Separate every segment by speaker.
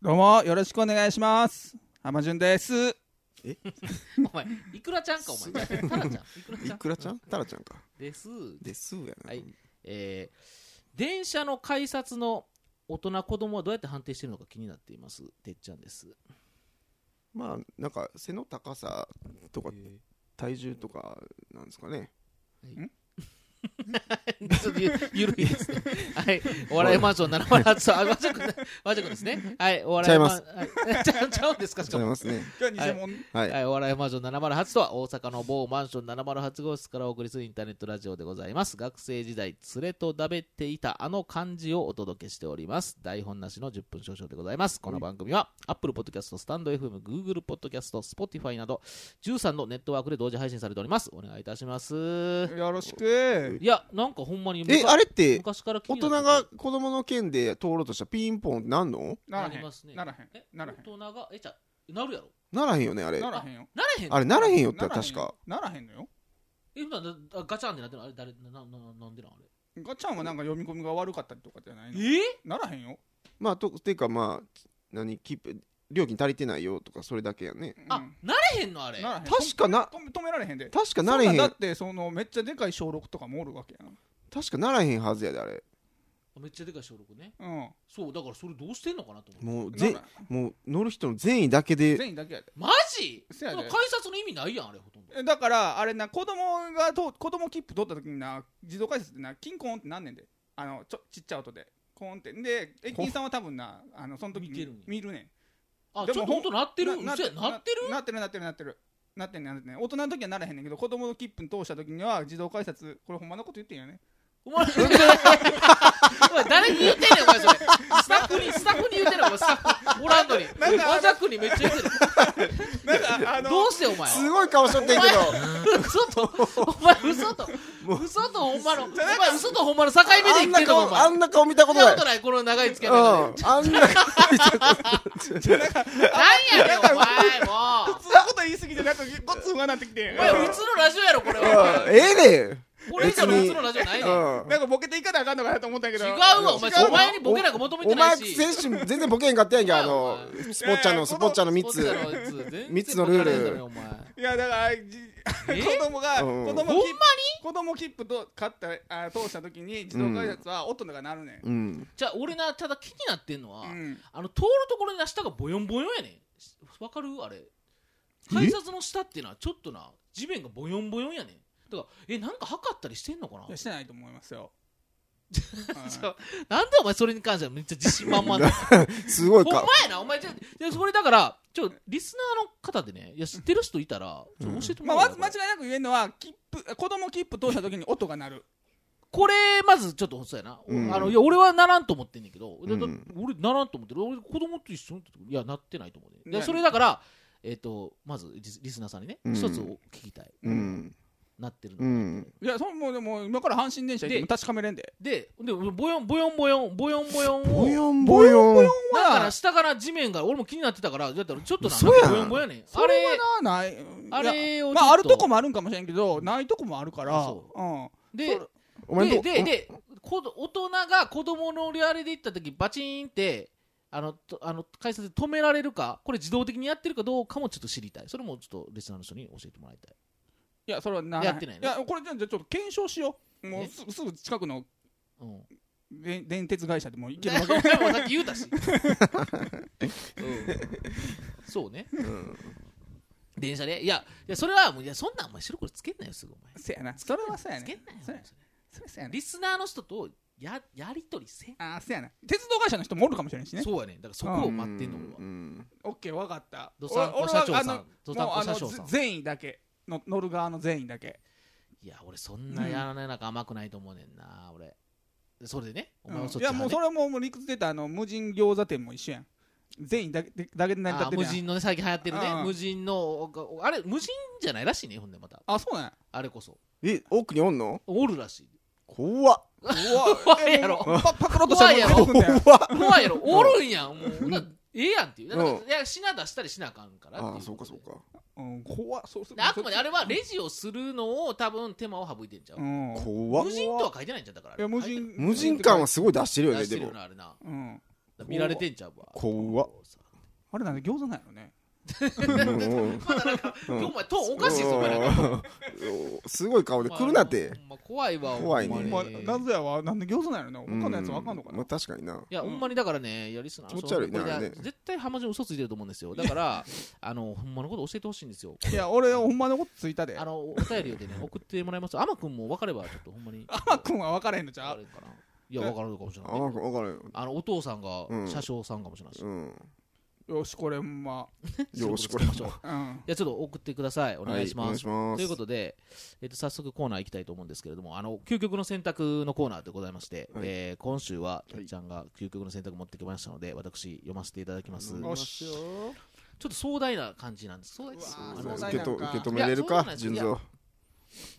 Speaker 1: どうもよろしくお願いします浜潤です
Speaker 2: お前、いくらちゃんか、お前。タラちゃん。いくらち
Speaker 3: い
Speaker 2: ゃん。
Speaker 3: くらちゃんタラちゃんか。
Speaker 2: です。
Speaker 3: ですやな。
Speaker 2: はいえー電車の改札の大人、子供はどうやって判定してるのか気になっています。てっちゃんです。
Speaker 3: まあ、なんか背の高さとか体重とかなんですかね。
Speaker 2: ちょっとゆゆるいですね。はい。お笑いマンション708さん、あ、和くん、和くんですね。はい。お笑いマンション。はいち ゃうちゃうんですか、し
Speaker 3: ち
Speaker 2: か
Speaker 3: ゃい
Speaker 2: も。
Speaker 3: ますね。
Speaker 1: 今日は偽物、
Speaker 3: はい。
Speaker 2: はい、お笑いマンション708とは大阪の某マンション708号室からお送りするインターネットラジオでございます学生時代連れとだべっていたあの漢字をお届けしております台本なしの10分少々でございますこの番組は Apple Podcast スタンド FM Google Podcast Spotify など13のネットワークで同時配信されておりますお願いいたします
Speaker 1: よろしく
Speaker 2: いやなんかほんまに
Speaker 3: え、
Speaker 2: 昔
Speaker 3: あれって
Speaker 2: 昔から気
Speaker 3: 大
Speaker 2: にな
Speaker 3: 人
Speaker 2: ってた
Speaker 3: が子供の件で通ろうとしたらピンポンってなんの
Speaker 1: なら
Speaker 2: な
Speaker 1: へ
Speaker 2: り
Speaker 1: ん
Speaker 2: ますね
Speaker 1: ならへん
Speaker 2: え
Speaker 1: ならへん
Speaker 2: 大人がえじゃあなるやろ
Speaker 3: ならへんよね、あれ
Speaker 1: な。らへんよ
Speaker 2: なれへんの
Speaker 3: あれ、ならへんよって確か。
Speaker 1: ならへんならへんのよ
Speaker 2: え普段だあガチャンってなってるのあれ誰ななななんでなんあれ
Speaker 1: ガチャンはなんか読み込みが悪かったりとかじゃないの
Speaker 2: え
Speaker 1: ならへんよ
Speaker 3: まあ、とていうか、まあ、何、キープ料金足りてないよとか、それだけやね。
Speaker 2: あ、
Speaker 1: うん
Speaker 2: なれへんのあれ
Speaker 1: ならへん
Speaker 3: 確かな
Speaker 1: とん止められへんで
Speaker 3: 確かなれへ
Speaker 1: そ
Speaker 3: ん、
Speaker 1: なだってそのめっちゃでかい小6とかもおるわけや
Speaker 3: 確かならへんはずやで、あれ。
Speaker 2: めっちゃでかい小6ね
Speaker 1: な
Speaker 2: そうだからそれどうしてんのかなと思って
Speaker 3: も
Speaker 1: う
Speaker 3: うんぜ
Speaker 1: な、ら
Speaker 3: もう乗る人の善意だけで、
Speaker 1: 全員だけやで
Speaker 2: マジ
Speaker 1: せやで
Speaker 2: でも改札の意味ないやんあれほとんど
Speaker 1: えだからあれな子供がと子供切符取った時にな自動改札でなキンコーンってなんねんであのちょちっちゃい音でコーンってで駅員さんは多分なあのその時に
Speaker 2: 見てるんや
Speaker 1: 見るねん
Speaker 2: あ
Speaker 1: で
Speaker 2: ち
Speaker 1: も
Speaker 2: ょっとほんとなってる
Speaker 1: な
Speaker 2: 嘘や
Speaker 1: な
Speaker 2: なってる
Speaker 1: なってるなってるなってるなってんねんなってんねん大人の時はならへんねんけど子供の切符に通した時には自動改札これほんまのこと言ってんよね
Speaker 2: お前お前誰に言ってんねんお前それスタッフにスタッフに言ってんねんお前スタッフおらんのに
Speaker 1: なんか
Speaker 2: 和田君にめっちゃ言ってる
Speaker 1: なんかあの
Speaker 2: どうしてお前
Speaker 3: す
Speaker 2: は
Speaker 3: ごい顔しとってんけど。
Speaker 2: 嘘とお前嘘と嘘とほんまのお前嘘とほんまの境目で
Speaker 3: あ
Speaker 2: 言
Speaker 3: ん
Speaker 2: って
Speaker 3: なん
Speaker 2: のお
Speaker 3: 顔、あ
Speaker 2: 前
Speaker 3: んな顔見たこ
Speaker 2: 見
Speaker 3: と
Speaker 2: た
Speaker 3: な
Speaker 2: こ
Speaker 3: い
Speaker 2: と。ないこの長い付き
Speaker 3: うん、
Speaker 2: 合いの中で
Speaker 3: あんな
Speaker 2: なんやねんお前もう
Speaker 1: そんなこと言い過ぎてなんかごっつ不安になってきてん
Speaker 2: お前普通のラジオやろこれ
Speaker 3: うん
Speaker 2: は
Speaker 3: ええねん
Speaker 2: これ以上の普通のラジオないねん違う
Speaker 3: うん
Speaker 1: なんかボケていかなあかんのかなと思ったんやけど
Speaker 2: わお前
Speaker 1: 違う
Speaker 2: お前にボケなんか求めて
Speaker 3: お
Speaker 2: な
Speaker 3: 前
Speaker 2: いし
Speaker 3: 選手全然ボケへんかったやんけあの
Speaker 2: お
Speaker 3: スポッチャのスポッチャの3つ
Speaker 2: 3
Speaker 3: 三つのルール
Speaker 2: お前
Speaker 1: いやだからじ
Speaker 2: え
Speaker 1: 子供が
Speaker 3: うん
Speaker 1: 子供
Speaker 2: ほんま
Speaker 1: 切符子供切符と買ったあ通した時に自動改札は音が鳴るねん、
Speaker 3: うん
Speaker 2: じゃあ俺なただ気になってんのは
Speaker 1: うん
Speaker 2: あの通るところに下がボヨンボヨンやねんわかるあれ改札の下っていうのはちょっとな地面がボヨンボヨンやねんだからえなんか測ったりしてんのかない
Speaker 1: やしてないと思いますよ
Speaker 2: そ
Speaker 1: は
Speaker 2: うなんでお前それに関してはめっちゃ自信満々なの
Speaker 3: すごい
Speaker 2: ほんま
Speaker 3: か
Speaker 2: やなお前じゃじゃそれだからちょリスナーの方でねいや知ってる人いたらちょっと教えて
Speaker 1: い
Speaker 2: も
Speaker 1: ま
Speaker 2: ら
Speaker 1: あ、
Speaker 2: おうか
Speaker 1: ま
Speaker 2: な
Speaker 1: ず間違いなく言えるのは切符子供切符通した時に音が鳴る
Speaker 2: これまずちょっとそうやな、
Speaker 3: うん
Speaker 2: あのいや俺はならんと思ってんねんけど、だだ
Speaker 3: うん
Speaker 2: 俺ならんと思ってる俺子供と一緒にっていやなってないと思うねんで
Speaker 1: ね
Speaker 2: それだからえっ、とまずリスリスナーさんにね
Speaker 3: うん
Speaker 2: 一、つを聞きたい、
Speaker 3: うん
Speaker 2: なってるの、
Speaker 3: うん
Speaker 1: いやそんもうでも今から阪神電車行っても確かめれんで
Speaker 2: ででボヨンボヨンボヨンボヨンボヨン
Speaker 3: ボ
Speaker 2: を
Speaker 3: ヨンボヨン
Speaker 2: だから下から地面が俺も気になってたからだったらちょっとな
Speaker 3: 嘘やん
Speaker 2: ボヨンボヨンやねん
Speaker 1: そ
Speaker 2: あ
Speaker 1: れ
Speaker 2: れ
Speaker 1: はなない
Speaker 2: あ
Speaker 1: いや
Speaker 2: れをちょっと、
Speaker 1: まあ、あるとこもあるんかもしれんけどないとこもあるから
Speaker 2: あそで
Speaker 1: それ
Speaker 3: お前
Speaker 2: で
Speaker 3: どう
Speaker 2: ででこど大人が子供のあれで行った時バチーンってあのとあの改札で止められるかこれ自動的にやってるかどうかもちょっと知りたいそれもちょっとレスナーの人に教えてもらいたい
Speaker 1: いやそれはな
Speaker 2: やってない
Speaker 1: い
Speaker 2: の
Speaker 1: やこれじゃあじゃあちょっと検証しようもう
Speaker 2: え
Speaker 1: すすぐ近くの
Speaker 2: うん
Speaker 1: で電鉄会社でも行け るわけ
Speaker 2: 俺もさっき言うたし、うんそうね
Speaker 3: うん
Speaker 2: 電車でいやいやそれはもういやそんなんお前白黒つけんなよすぐお前
Speaker 1: せやなそれはそうや
Speaker 2: つけ
Speaker 1: ね
Speaker 2: んなよ
Speaker 1: それ
Speaker 2: お前それ
Speaker 1: それそうやね
Speaker 2: リスナーの人とややり取りせん
Speaker 1: あーそうやな鉄道会社の人もおるかもしれんしね
Speaker 2: そうやねだからそこを待ってんの俺は
Speaker 3: うん
Speaker 1: オッケーわかった
Speaker 2: ドサンコ社長さんド
Speaker 1: 俺
Speaker 2: サン
Speaker 1: は
Speaker 2: コ
Speaker 1: あの
Speaker 2: 社
Speaker 1: もうあ
Speaker 2: 長さ
Speaker 1: の
Speaker 2: ん
Speaker 1: 全員だけの乗る側の全員だけ
Speaker 2: いや、俺そんなやらない中甘くないと思うねんな、俺。それでね、お前
Speaker 1: うん
Speaker 2: もそっ
Speaker 1: い
Speaker 2: ち
Speaker 1: や
Speaker 2: 派
Speaker 1: もう
Speaker 2: ね
Speaker 1: それはもうもう理屈で言ったらあの無人餃子店も一緒やん全員だけでだけで成り立
Speaker 2: あ
Speaker 1: ってる
Speaker 2: 無
Speaker 1: やん
Speaker 2: 人のね、最近流行ってるね
Speaker 1: う、ん
Speaker 2: 無人の、おあれ、無人じゃないらしいね、ほんでまた。
Speaker 1: あそうなんや
Speaker 2: あれこそ。
Speaker 3: え奥におんの
Speaker 2: おるらしい。
Speaker 3: 怖っ
Speaker 2: 怖いやろ
Speaker 1: えもうパパクロッとしたらもう出てくんだよ
Speaker 3: 怖っ
Speaker 2: 怖いやろ、おるんやん、もう。ほんならええやんっていう。だから
Speaker 3: うん
Speaker 2: いや、品出したりしなあかんからってい
Speaker 3: あ
Speaker 2: う。
Speaker 3: あそうかそうか
Speaker 1: うん怖っそうそう
Speaker 2: であくまであ
Speaker 1: れ
Speaker 2: れはレジをするのを多分手間を省いてんちゃう。
Speaker 1: うん
Speaker 3: 怖
Speaker 2: 無
Speaker 3: っ
Speaker 2: 人とは書いてないんちゃうだからあ
Speaker 1: い
Speaker 2: れ。
Speaker 1: や無
Speaker 2: 書いて
Speaker 1: 人
Speaker 3: 無人感はすごい出してる
Speaker 2: ない
Speaker 3: よ
Speaker 2: 出
Speaker 3: ね
Speaker 2: して
Speaker 3: で
Speaker 2: るよ
Speaker 3: も
Speaker 2: な、あれな。
Speaker 1: うん
Speaker 2: だら見られてんちゃうわ
Speaker 3: 怖っ
Speaker 1: あれなんで餃子なんやろね
Speaker 3: うん
Speaker 2: まだなんか
Speaker 3: う
Speaker 2: 今
Speaker 3: ん
Speaker 2: 日お前トーンおかしいぞお前なんか
Speaker 3: おすごい顔で来るなって
Speaker 2: ほんま怖いわ
Speaker 3: 怖いね
Speaker 2: ほん
Speaker 1: ま
Speaker 2: ま
Speaker 1: あ
Speaker 2: に
Speaker 1: ガンズやはなんで餃子なんやろね他のやつわかんのか
Speaker 3: ま
Speaker 1: な
Speaker 3: あ、確かにな
Speaker 2: や、
Speaker 1: うん
Speaker 2: ほんまにだからね、いやリスナー
Speaker 3: 気持ち悪いな
Speaker 2: そうこれ
Speaker 3: あれね
Speaker 2: 絶対浜順嘘ついてると思うんですよ。だから、 あの、ほんまのこと教えてほしいんですよ。
Speaker 1: いや俺ほんまのことついたで
Speaker 2: あの、お便りをでね、送ってもらいます。天くんも分かれば、ちょっとほんまに。
Speaker 1: アマくんは分からへんのちゃ
Speaker 2: あ
Speaker 1: う
Speaker 2: れかな。いや、分からんのかもしれ
Speaker 3: あ
Speaker 2: ない
Speaker 3: わ
Speaker 2: ね。
Speaker 3: かわかるよ
Speaker 2: あの、お父さんが
Speaker 3: うん
Speaker 2: 車掌さんかもしれないし。
Speaker 3: うん
Speaker 1: よしこれほんま
Speaker 2: そういう
Speaker 3: よ
Speaker 2: と
Speaker 3: し
Speaker 2: つ
Speaker 3: こ
Speaker 2: け
Speaker 3: れ
Speaker 2: ましょう。い
Speaker 1: うん
Speaker 2: や、ちょっと送ってください。お願いし
Speaker 3: は
Speaker 2: ま
Speaker 3: お願い
Speaker 2: す
Speaker 3: し。ま
Speaker 2: と
Speaker 3: す
Speaker 2: いうことで、えっと早速コーナー行きたいと思うんですけれども、あの究極の選択のコーナーでございまして、
Speaker 3: はい
Speaker 2: えー今週は、た
Speaker 3: は
Speaker 2: っ
Speaker 3: い
Speaker 2: ちゃんが究極の選択持ってきましたので、私、読ませていただきます。
Speaker 1: よし
Speaker 2: ちょっと壮大な感じなんです。壮大です
Speaker 1: うわー
Speaker 2: あ
Speaker 1: そ
Speaker 2: の
Speaker 1: うだ
Speaker 3: 受けと
Speaker 1: そうなん
Speaker 3: 受
Speaker 1: か
Speaker 3: け止めれる
Speaker 2: い
Speaker 3: か
Speaker 2: やそう
Speaker 3: 純
Speaker 2: なんですよ
Speaker 3: 蔵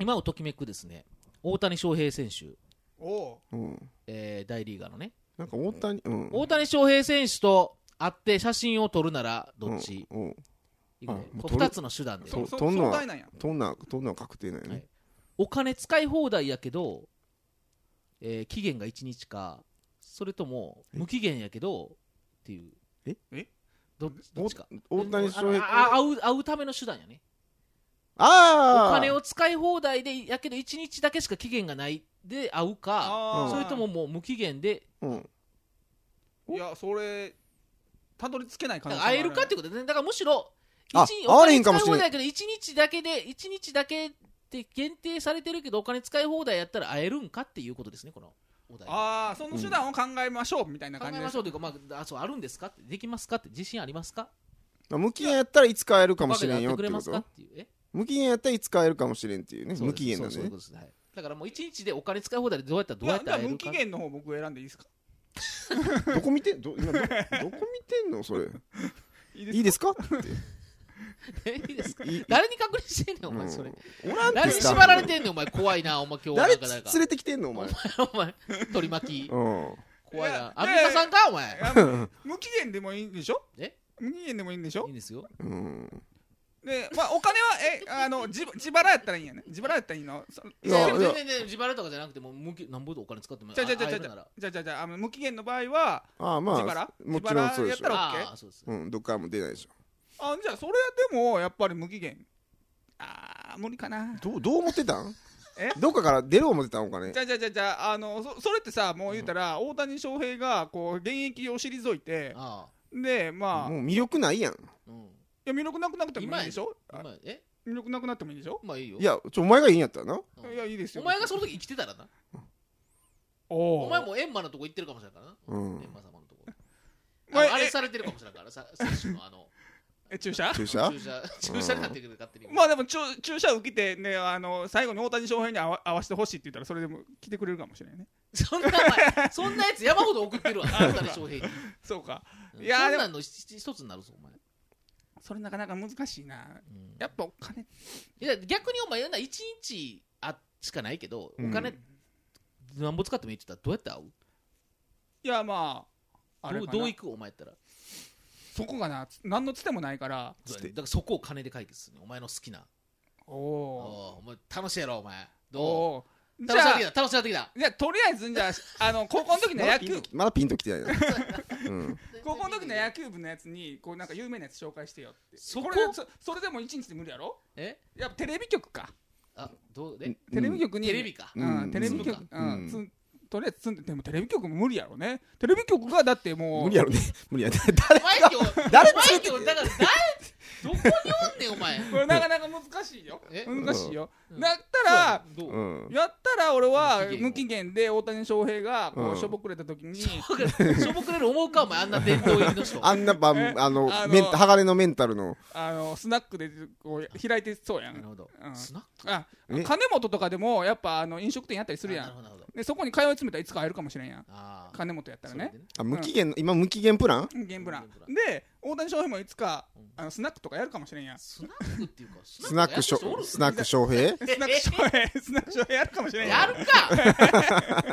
Speaker 2: 今をときめくですね、大谷翔平選手、
Speaker 1: おう
Speaker 3: うん
Speaker 2: えー大リーガーのね、
Speaker 3: なんか大谷うん
Speaker 2: 大谷翔平選手と会って写真を撮るならどっち、
Speaker 3: うんうん
Speaker 2: いくね
Speaker 3: あ
Speaker 2: こう
Speaker 3: 撮る
Speaker 2: 二つの手段で、
Speaker 1: そ
Speaker 3: と
Speaker 1: そ
Speaker 3: とんの
Speaker 1: 壮
Speaker 3: は
Speaker 1: 大なんや
Speaker 3: とんなとんなは確定なんや
Speaker 2: はい
Speaker 3: ね
Speaker 2: お金使い放題やけど、えー期限が1日か、それとも無期限やけどっていう、
Speaker 3: え
Speaker 1: え
Speaker 2: どどっちか。
Speaker 3: 大谷翔平
Speaker 2: ああ会う会うための手段やね。
Speaker 3: あ
Speaker 2: お金
Speaker 3: を
Speaker 2: を使い放題でやけど1日だけしか期限がないで会うか
Speaker 1: あー
Speaker 2: それとももう無期限で
Speaker 3: うん
Speaker 1: いやそれたどり着けない可能性もあ
Speaker 2: 会えるかってことだねだからむしろ
Speaker 3: あ
Speaker 2: 一日
Speaker 3: 会われへんかもしれん
Speaker 2: お金使い放題やけど1日だけで1日だけって限定されてるけどお金使い放題やったら会えるんかっていうことですねこのお題
Speaker 1: ああその手段を考えましょうみたいな
Speaker 2: 考
Speaker 1: 感じ
Speaker 2: え
Speaker 1: で
Speaker 2: ましょうというか、まあ、あそうあるんですかってできますかって自信ありますか
Speaker 3: まあ無期限やったらいつ買えるかもしれんよ
Speaker 2: バ
Speaker 3: っ
Speaker 2: カ
Speaker 3: て
Speaker 2: でや
Speaker 3: こ
Speaker 2: ってくれますか
Speaker 3: と
Speaker 2: っていうえ
Speaker 3: 無期限やったらいつ買えるかもしれんっていうね
Speaker 2: そう
Speaker 3: 無
Speaker 2: です
Speaker 3: 期限なん
Speaker 2: そうそうい
Speaker 3: で
Speaker 2: う
Speaker 3: ね
Speaker 2: ことです、はい、だからもう1日でお金使い放題でどうやったらど
Speaker 1: い
Speaker 2: うや
Speaker 1: や
Speaker 2: っ
Speaker 1: じ
Speaker 2: た
Speaker 1: ゃあ
Speaker 2: ら会える
Speaker 1: 無
Speaker 2: か
Speaker 1: 期限の方僕選んでいいです か
Speaker 3: どこ見てんど今どどこ見てんのそれ
Speaker 1: いい
Speaker 3: いいですかって
Speaker 2: えいいですか
Speaker 3: いい
Speaker 2: 誰に確認してんねんお前
Speaker 3: うん
Speaker 2: それ
Speaker 3: おらん
Speaker 2: 誰
Speaker 3: て
Speaker 2: に
Speaker 3: さ
Speaker 2: 縛られてんねんお前怖いなお前今日な
Speaker 3: 誰
Speaker 2: んかなんか
Speaker 3: 連れてきてんのお前
Speaker 2: お前取り巻き
Speaker 3: うん
Speaker 2: 怖い
Speaker 1: い
Speaker 2: な
Speaker 1: や
Speaker 2: アンミカさんかお前
Speaker 1: あの無期限でもいいんでしょ
Speaker 2: え
Speaker 1: 無期限でもいいんでし
Speaker 2: い
Speaker 1: ょ
Speaker 2: いんですよ
Speaker 3: うん
Speaker 1: で、まあ、お金はえあの自自腹やったらいいんやね自腹やったらいいのそ
Speaker 3: い
Speaker 2: いや
Speaker 3: や
Speaker 2: でも
Speaker 3: いや
Speaker 2: 全然全然自腹とかじゃなくてもう無期なんぼでお金使っても
Speaker 1: じゃあじゃあじゃあ
Speaker 2: 会え
Speaker 1: じ
Speaker 2: る
Speaker 1: ゃ
Speaker 2: なら
Speaker 1: じゃあじゃあじゃああの無期限の場合は
Speaker 3: ああま
Speaker 1: 自
Speaker 3: あ
Speaker 1: 腹
Speaker 3: もちろんそうでし
Speaker 1: 自腹やっ
Speaker 3: ょ
Speaker 1: たら
Speaker 2: ああそうです
Speaker 3: うんどっからも出ないでしょ
Speaker 1: あじゃあそれでもやっぱり無期限あー無理かな
Speaker 3: どうどう思ってたん
Speaker 1: え
Speaker 3: どっかから出る思ってたんお金
Speaker 1: じゃあじゃあじゃあじゃああのそそれってさもう言うたら、大谷翔平がこう現役を退いて
Speaker 2: ああ
Speaker 1: でまあ、い
Speaker 3: もう魅力ないやん
Speaker 2: うん
Speaker 1: や魅力なくなくてもいいでしょあ
Speaker 2: 今え
Speaker 1: 魅力なくなってもいいでしょ
Speaker 2: まあいいよ
Speaker 3: いやちょお前がいいんやったらな
Speaker 2: うん
Speaker 1: いやいいですよ
Speaker 2: お前がその時生きてたらな
Speaker 1: お
Speaker 2: お前
Speaker 1: も
Speaker 2: もエンマのとこ行ってるかもしれないからな
Speaker 3: うん
Speaker 2: エンマ様のとこ
Speaker 1: お前
Speaker 2: ああれ
Speaker 1: え
Speaker 2: されてるかもしれないからさ接種のあの
Speaker 1: え注射
Speaker 3: 注
Speaker 2: 注
Speaker 3: 射
Speaker 2: 射注射になってくる勝手に
Speaker 1: まあでも注注射受けてねあの最後に大谷翔平に合わ合わせてほしいって言ったらそれでも来てくれるかもしれないね
Speaker 2: そんなお前そんなやつ山ほど 送ってるわ大谷翔平に
Speaker 1: そうか
Speaker 2: うん
Speaker 1: いやー
Speaker 2: そん
Speaker 1: でも
Speaker 2: なんの一一つになるぞお前
Speaker 1: それなかなか難しいなやっぱお金
Speaker 2: いや逆にお前な一日あしかないけど
Speaker 3: うん
Speaker 2: お金なんぼ使ってもいいって言ったらどうやって
Speaker 1: いやまああ
Speaker 2: 会
Speaker 1: れ
Speaker 2: う
Speaker 1: か
Speaker 2: ど
Speaker 1: な
Speaker 2: うどういくお前やったら
Speaker 1: そこがなつ何のつてもないから
Speaker 2: そうや
Speaker 3: つ
Speaker 2: ね
Speaker 3: っ
Speaker 2: だ
Speaker 3: て
Speaker 2: からそこを金で解決するねお前の好きな
Speaker 1: お
Speaker 2: お
Speaker 1: お
Speaker 2: うお前楽しいやろお前
Speaker 1: ー
Speaker 2: ど
Speaker 1: お
Speaker 2: う
Speaker 1: ーじ
Speaker 2: 楽し
Speaker 1: ゃあ
Speaker 2: なってきた楽しなってきた
Speaker 1: じゃあとりあえずじゃああの高校の時の
Speaker 3: ま
Speaker 1: 野
Speaker 3: だピン
Speaker 1: 球
Speaker 3: とまだピンときてないな うん
Speaker 1: 高校の時の野球部のやつにこうなんか有名なやつ紹介してよって
Speaker 2: そこ
Speaker 1: れでそそれでも一日で無理やろ
Speaker 2: え
Speaker 1: やっぱテレビ局か
Speaker 2: あどうで
Speaker 1: テレビ局に、
Speaker 2: テレビか
Speaker 1: うん
Speaker 3: うん
Speaker 1: テレビ局
Speaker 2: そう
Speaker 1: う
Speaker 3: か
Speaker 1: ん、
Speaker 3: うん
Speaker 1: つんとりあえず積んででもテレビ局も無理やろねテレビ局がだってもう
Speaker 3: 無理やろね 無理やね
Speaker 2: お前今日
Speaker 3: 誰
Speaker 2: お前
Speaker 3: 連れて
Speaker 2: 今日だから誰どこにおんねんお 前
Speaker 1: これなかなか難しいよ
Speaker 2: え
Speaker 1: 難しいよ、
Speaker 2: うん
Speaker 1: だったら、
Speaker 2: どう
Speaker 3: う
Speaker 2: どうん
Speaker 1: やったら俺は
Speaker 2: 無
Speaker 1: 無期
Speaker 2: 期
Speaker 1: 限で大谷翔平がこ
Speaker 3: う
Speaker 1: うんしょぼくれた時に、
Speaker 2: しょぼくれる思うかお前あんな殿堂入りの人
Speaker 3: あんなばん
Speaker 1: え
Speaker 3: あの
Speaker 1: あの
Speaker 3: メン鋼のメンタルの
Speaker 1: あのスナックでこう開いてそうや
Speaker 2: なる
Speaker 1: ん
Speaker 2: ほど
Speaker 1: うん
Speaker 2: スナッ
Speaker 1: あ
Speaker 3: え
Speaker 1: 金本とかでもやっぱあの飲食店やったりするや
Speaker 2: あなる
Speaker 1: ん
Speaker 2: ほどなるほど
Speaker 1: でそこに通い詰めたらいつか会えるかもしれんやん
Speaker 2: ああ
Speaker 1: 金本やったらね
Speaker 3: あ無期限の今無期限プラン
Speaker 1: ゲームプラン
Speaker 2: ゲーム
Speaker 1: で大谷翔平もいつか
Speaker 2: うん
Speaker 1: あのスナックとかやるかもしれんやんス
Speaker 2: スナックっていうか
Speaker 3: スナックしょ
Speaker 2: やる人おる
Speaker 3: スナック翔平
Speaker 1: ナック翔平 スナック翔平やるかもしれん
Speaker 2: や
Speaker 1: や
Speaker 2: るか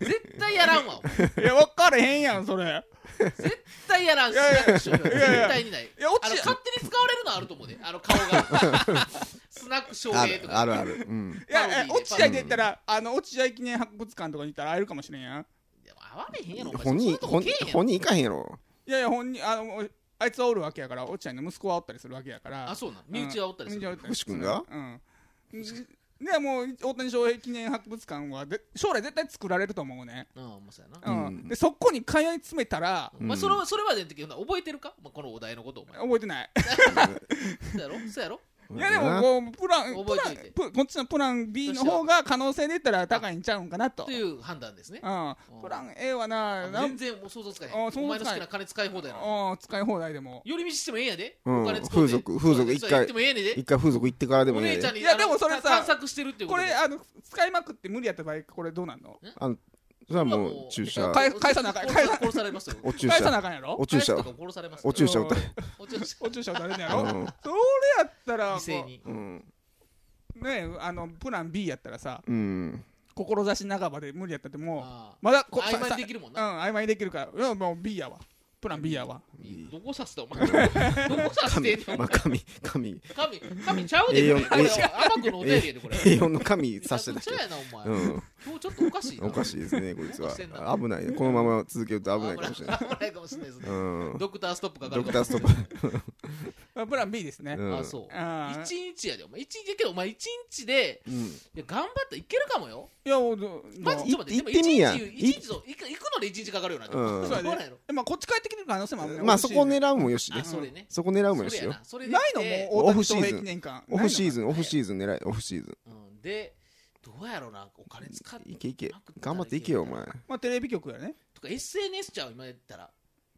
Speaker 2: 絶対やらんわ
Speaker 1: んいや分かれへんやんそれ
Speaker 2: 絶対やらん
Speaker 1: い
Speaker 2: スナ
Speaker 1: やいや
Speaker 2: ックしょうよ
Speaker 1: いやいや
Speaker 2: 絶対にない
Speaker 1: いや落
Speaker 2: あの
Speaker 1: ち
Speaker 2: 勝手に使われるのあると思うねあ の顔がスナック翔
Speaker 3: あ
Speaker 2: 平と
Speaker 3: る
Speaker 2: か
Speaker 3: あるあるうん
Speaker 1: いやい
Speaker 2: パロディ
Speaker 1: や
Speaker 2: で
Speaker 1: 落合で言ったらあの落合記念博物館とかに行ったら会えるかもしれんやん
Speaker 2: いや会われへんやろお前
Speaker 3: 本人
Speaker 2: そういうとこ
Speaker 3: 本
Speaker 2: けえへんやろ
Speaker 3: 本人行かへんやろ
Speaker 1: いやいや本人あのあいつはおるわけやからおっちゃんの息子はおったりするわけやから
Speaker 2: あそうなん身内がおったりす
Speaker 1: 身内はお
Speaker 2: る
Speaker 1: ったり
Speaker 3: 星君が
Speaker 1: うんでもう大谷翔平記念博物館はで将来絶対作られると思うね、
Speaker 2: うんまあそうやな
Speaker 1: うん
Speaker 3: うん
Speaker 1: でそこに通い詰めたら
Speaker 3: うん
Speaker 2: まあそれはそれまでの時覚えてるか まあこのお題のこと お前
Speaker 1: 覚えてない
Speaker 2: そうやろそうやろ
Speaker 1: いやでもこうプランプ
Speaker 2: 覚
Speaker 1: ラ
Speaker 2: えといて
Speaker 1: ンプこっちのプラン B の方が可能性で言ったら高いんちゃうんかなと
Speaker 2: という判断ですね
Speaker 1: うん、プラン A はなな
Speaker 2: 全然もう想像つかへん
Speaker 1: あ
Speaker 2: お
Speaker 1: 想像つかへん
Speaker 2: 前の好きな金使い放題なの
Speaker 1: うん使い放題でも
Speaker 2: 寄り道してもええんやで
Speaker 3: うん
Speaker 2: お金使うて
Speaker 3: 風俗風俗
Speaker 2: そう
Speaker 3: 一回
Speaker 2: 行ってもええねん
Speaker 3: 一
Speaker 2: で
Speaker 3: 回風俗行ってからで
Speaker 2: お
Speaker 3: もいい
Speaker 2: 姉ちゃんに
Speaker 1: いや
Speaker 2: あの
Speaker 1: でもそれさ
Speaker 2: 探索してるっていう
Speaker 1: こ
Speaker 2: こと
Speaker 1: れ
Speaker 2: で
Speaker 1: あの使いまくって無理やった場合これどうなんの
Speaker 3: それはもう注射
Speaker 1: 返返さなあかん
Speaker 2: 殺さ殺されますよ
Speaker 3: お注
Speaker 1: 返さな
Speaker 3: 射
Speaker 1: あかんやろ
Speaker 3: お注
Speaker 2: 返す
Speaker 3: 射
Speaker 2: とか殺されますよ
Speaker 3: お注射打た
Speaker 2: お注射
Speaker 1: お注射打たれんやろ、
Speaker 3: うん
Speaker 1: それやったらこ
Speaker 2: 犠牲に
Speaker 3: うんうん
Speaker 1: うねあのプラン B やったらさ
Speaker 3: うん
Speaker 1: 志半ばで無理やったっても
Speaker 2: ああ
Speaker 1: まだこ
Speaker 2: 曖昧に
Speaker 1: さ
Speaker 2: できるもん
Speaker 1: う
Speaker 2: なん
Speaker 1: 曖昧にできるからいやもう B やわプラン B やわ
Speaker 2: どこ刺すだお前どこ刺してんねんお
Speaker 3: まあ
Speaker 2: 前
Speaker 3: 神神
Speaker 2: 神神ちゃうでこれ
Speaker 3: A4
Speaker 2: これ天君のお便りやでこれ
Speaker 3: A4 の神刺して
Speaker 2: め
Speaker 3: た
Speaker 2: ちゃ
Speaker 3: け
Speaker 2: くちゃやなお前
Speaker 3: どうん
Speaker 2: 今日ちょっとおかしいな
Speaker 3: おかしいですねこいつは
Speaker 2: してんな
Speaker 3: 危ないねこのまま続けると危ないかもしれない
Speaker 2: 危ないかもしれないですね
Speaker 3: うん
Speaker 2: ドクターストップかか
Speaker 3: ド
Speaker 2: る
Speaker 3: ク
Speaker 2: か
Speaker 3: タ
Speaker 2: も
Speaker 3: ーストッ
Speaker 1: あプラン B ですね、
Speaker 3: プ
Speaker 1: う
Speaker 3: う ん
Speaker 2: あそう
Speaker 1: あ
Speaker 2: 一日やでお前一日やけどお前一日で
Speaker 3: うん
Speaker 2: いや頑張ったらいけるかもよ
Speaker 1: いやもうど
Speaker 2: マジちょっと待って
Speaker 3: 行ってみや
Speaker 2: でも一日一日そう行く行くので一日かかるよな
Speaker 3: うん
Speaker 2: そうやろ
Speaker 1: えまあ、こっち帰ってきてる可能性もあるね
Speaker 3: まあそこを
Speaker 1: ね
Speaker 3: 狙うもよしね
Speaker 2: あそれね
Speaker 3: そこ狙うもよ
Speaker 2: そ
Speaker 3: し
Speaker 2: れや
Speaker 3: よ
Speaker 2: なそれで
Speaker 1: ないの
Speaker 2: 来て
Speaker 1: もう
Speaker 3: オ
Speaker 1: 大
Speaker 3: フ
Speaker 1: 谷翔
Speaker 3: シーズン
Speaker 1: 平記念館
Speaker 3: オフシー
Speaker 1: ン
Speaker 3: ズンオフシーズン狙いオフシーズン
Speaker 2: うんでどうやろうなお金使って
Speaker 3: いけいけ頑張っていけよお前
Speaker 1: まあテレビ局やね
Speaker 2: とか SNS ちゃう今やったら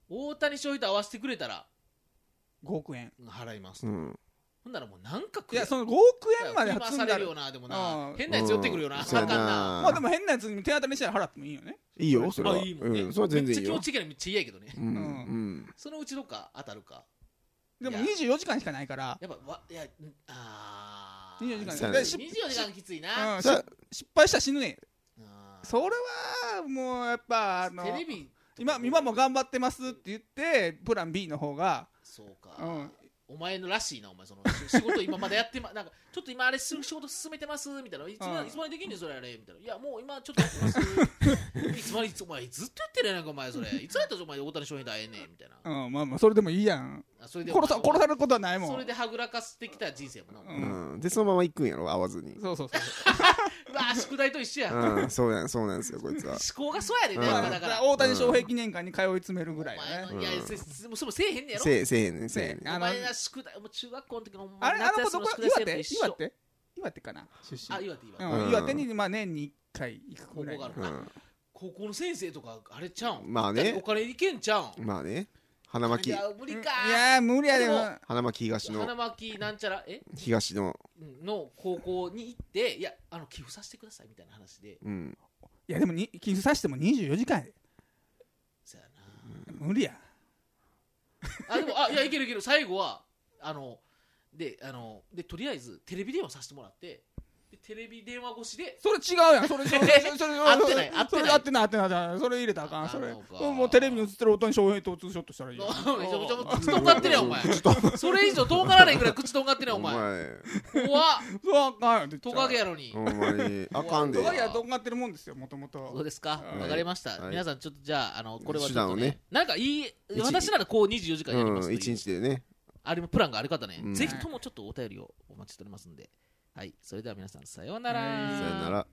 Speaker 2: 大谷翔平と合わせてくれたら
Speaker 1: 5億円
Speaker 2: うん払います
Speaker 3: う
Speaker 2: ほ
Speaker 3: ん
Speaker 2: んならもうなんか食
Speaker 1: い
Speaker 2: え
Speaker 1: やその5億円までは
Speaker 2: 今
Speaker 1: 積
Speaker 2: さ
Speaker 1: んだ
Speaker 2: れる
Speaker 1: る
Speaker 2: よなでもな
Speaker 1: うん
Speaker 2: 変なやつ寄ってくるよな
Speaker 3: う
Speaker 2: あ
Speaker 3: んそ
Speaker 2: か
Speaker 3: うや
Speaker 2: んな
Speaker 1: まあでも変なやつに手当たりしたら払ってもいいよね
Speaker 3: いいよそれは
Speaker 2: あいいもんね
Speaker 3: うんそれは全然いい
Speaker 2: めっ
Speaker 3: よ
Speaker 2: ちゃ気持ちいいけどめっちゃ嫌やけどね
Speaker 3: うんうん
Speaker 2: そのうちどっか当たるか
Speaker 1: でも
Speaker 2: いや
Speaker 1: 24時間しかないから
Speaker 2: やっぱわいやうんあ
Speaker 1: 24時
Speaker 2: 間
Speaker 1: 間
Speaker 3: そうやね
Speaker 1: でし
Speaker 2: 24時間きついな
Speaker 1: うん
Speaker 3: さ
Speaker 1: 失敗したら死ぬねん
Speaker 2: あー
Speaker 1: それはもうやっぱあの
Speaker 2: テレビ
Speaker 1: 今今も頑張ってますって言ってプラン B の方が
Speaker 2: そうか、
Speaker 1: うん
Speaker 2: お前のらしいなお前その仕仕事今まだやってまなんかちょっと今あれす仕事進めてますみたいないつ,、
Speaker 1: うん
Speaker 2: いつまでできんねんそれあれみたいないやもう今ちょっとやってます いつまでいつお前ずっとやってるやないかお前それいつやったらお前大谷翔平と会えんねんみたいな、
Speaker 1: うんまあまあそれでもいいやん
Speaker 2: あそれで
Speaker 1: 殺さ
Speaker 2: お前
Speaker 1: 殺されることはないもん
Speaker 2: それではぐらかしてきた人生やもんな、お前
Speaker 1: う
Speaker 3: うんんでそのまま行くんやろ会わずに
Speaker 1: そうそうそう
Speaker 2: うわー宿題と一緒や、思
Speaker 3: うんそうなんそうなんですよこいつは
Speaker 2: 考がそうやでね、
Speaker 3: うん
Speaker 2: やっぱ
Speaker 1: だ
Speaker 2: だか
Speaker 1: から
Speaker 2: ら
Speaker 1: 大谷翔平記念館に通い詰めるぐらいやね
Speaker 2: お前のいや
Speaker 3: うん
Speaker 2: せせもうそれもせえへんねやろ
Speaker 3: せえせえへんねせえへ
Speaker 1: せ
Speaker 3: ん
Speaker 1: え
Speaker 3: ね
Speaker 1: へん
Speaker 2: お
Speaker 1: あの
Speaker 2: 前が宿題もう中学校の時のお
Speaker 1: あ
Speaker 2: 前
Speaker 1: れあの子どこ岩
Speaker 2: や
Speaker 1: 手
Speaker 2: つや
Speaker 1: 岩
Speaker 2: って
Speaker 1: 手岩手かな
Speaker 2: 一緒あ岩手岩手
Speaker 1: うん
Speaker 3: うん
Speaker 1: 岩手にまあ年に1回行く
Speaker 2: 高
Speaker 1: ぐらい
Speaker 2: 校がある
Speaker 3: う
Speaker 2: な、
Speaker 3: ん
Speaker 2: 高校の先生とかあれちゃうん
Speaker 3: まあね
Speaker 2: お金いけんちゃうん
Speaker 3: まあね花巻
Speaker 2: いや無理か
Speaker 1: いやー無理やで
Speaker 2: でも
Speaker 1: も
Speaker 3: 花巻東
Speaker 2: 花
Speaker 3: の
Speaker 2: 巻なんちゃらえ
Speaker 3: 東の
Speaker 2: うんの高校に行っていやあの寄付させてくださいみたいな話で
Speaker 3: うん
Speaker 1: いやでもに寄付さしても24時間やで
Speaker 2: そや
Speaker 1: 無理や
Speaker 2: なあでもあいやいけるいける最後はあのであのでとりあえずテレビ電話させてもらってでテレビ電話越しで
Speaker 1: それ違うやんそれそれそれそれそれ
Speaker 2: 合ってない合ってない
Speaker 1: それ合ってない合ってない合ってないそれ入れたらあかんそれ
Speaker 2: あそうか
Speaker 1: もうテレビに映ってる大谷翔平とツーショットしたらいい
Speaker 2: め
Speaker 1: や
Speaker 2: ち
Speaker 1: ん
Speaker 2: ゃめちゃ口とんがってるやんお前それ以上とんがらないぐらい口とんがってるやんお前怖っ
Speaker 1: そうあかんよって
Speaker 2: トカゲ
Speaker 1: や
Speaker 2: やのに
Speaker 3: ほんまにあか んで
Speaker 1: トカゲはとんがってるもんですよもとも
Speaker 2: そう
Speaker 1: と
Speaker 2: ですか、
Speaker 1: うん
Speaker 2: わかりました、
Speaker 3: はい
Speaker 2: 皆さん、ちょっとじゃあ、あのこれはちょっ
Speaker 3: 手段
Speaker 2: と
Speaker 3: を
Speaker 2: ね、
Speaker 3: ね
Speaker 2: なんかいい、
Speaker 3: 一
Speaker 2: 私ならこう24時間やります
Speaker 3: う
Speaker 2: と
Speaker 3: ん
Speaker 2: いう、
Speaker 3: 一日でね
Speaker 2: あれもプランがある方ね、
Speaker 3: うん
Speaker 2: ぜひともちょっとお便りをお待ちしておりますんで、はい、それでは皆さん、さようなら。
Speaker 1: はい
Speaker 3: さよなら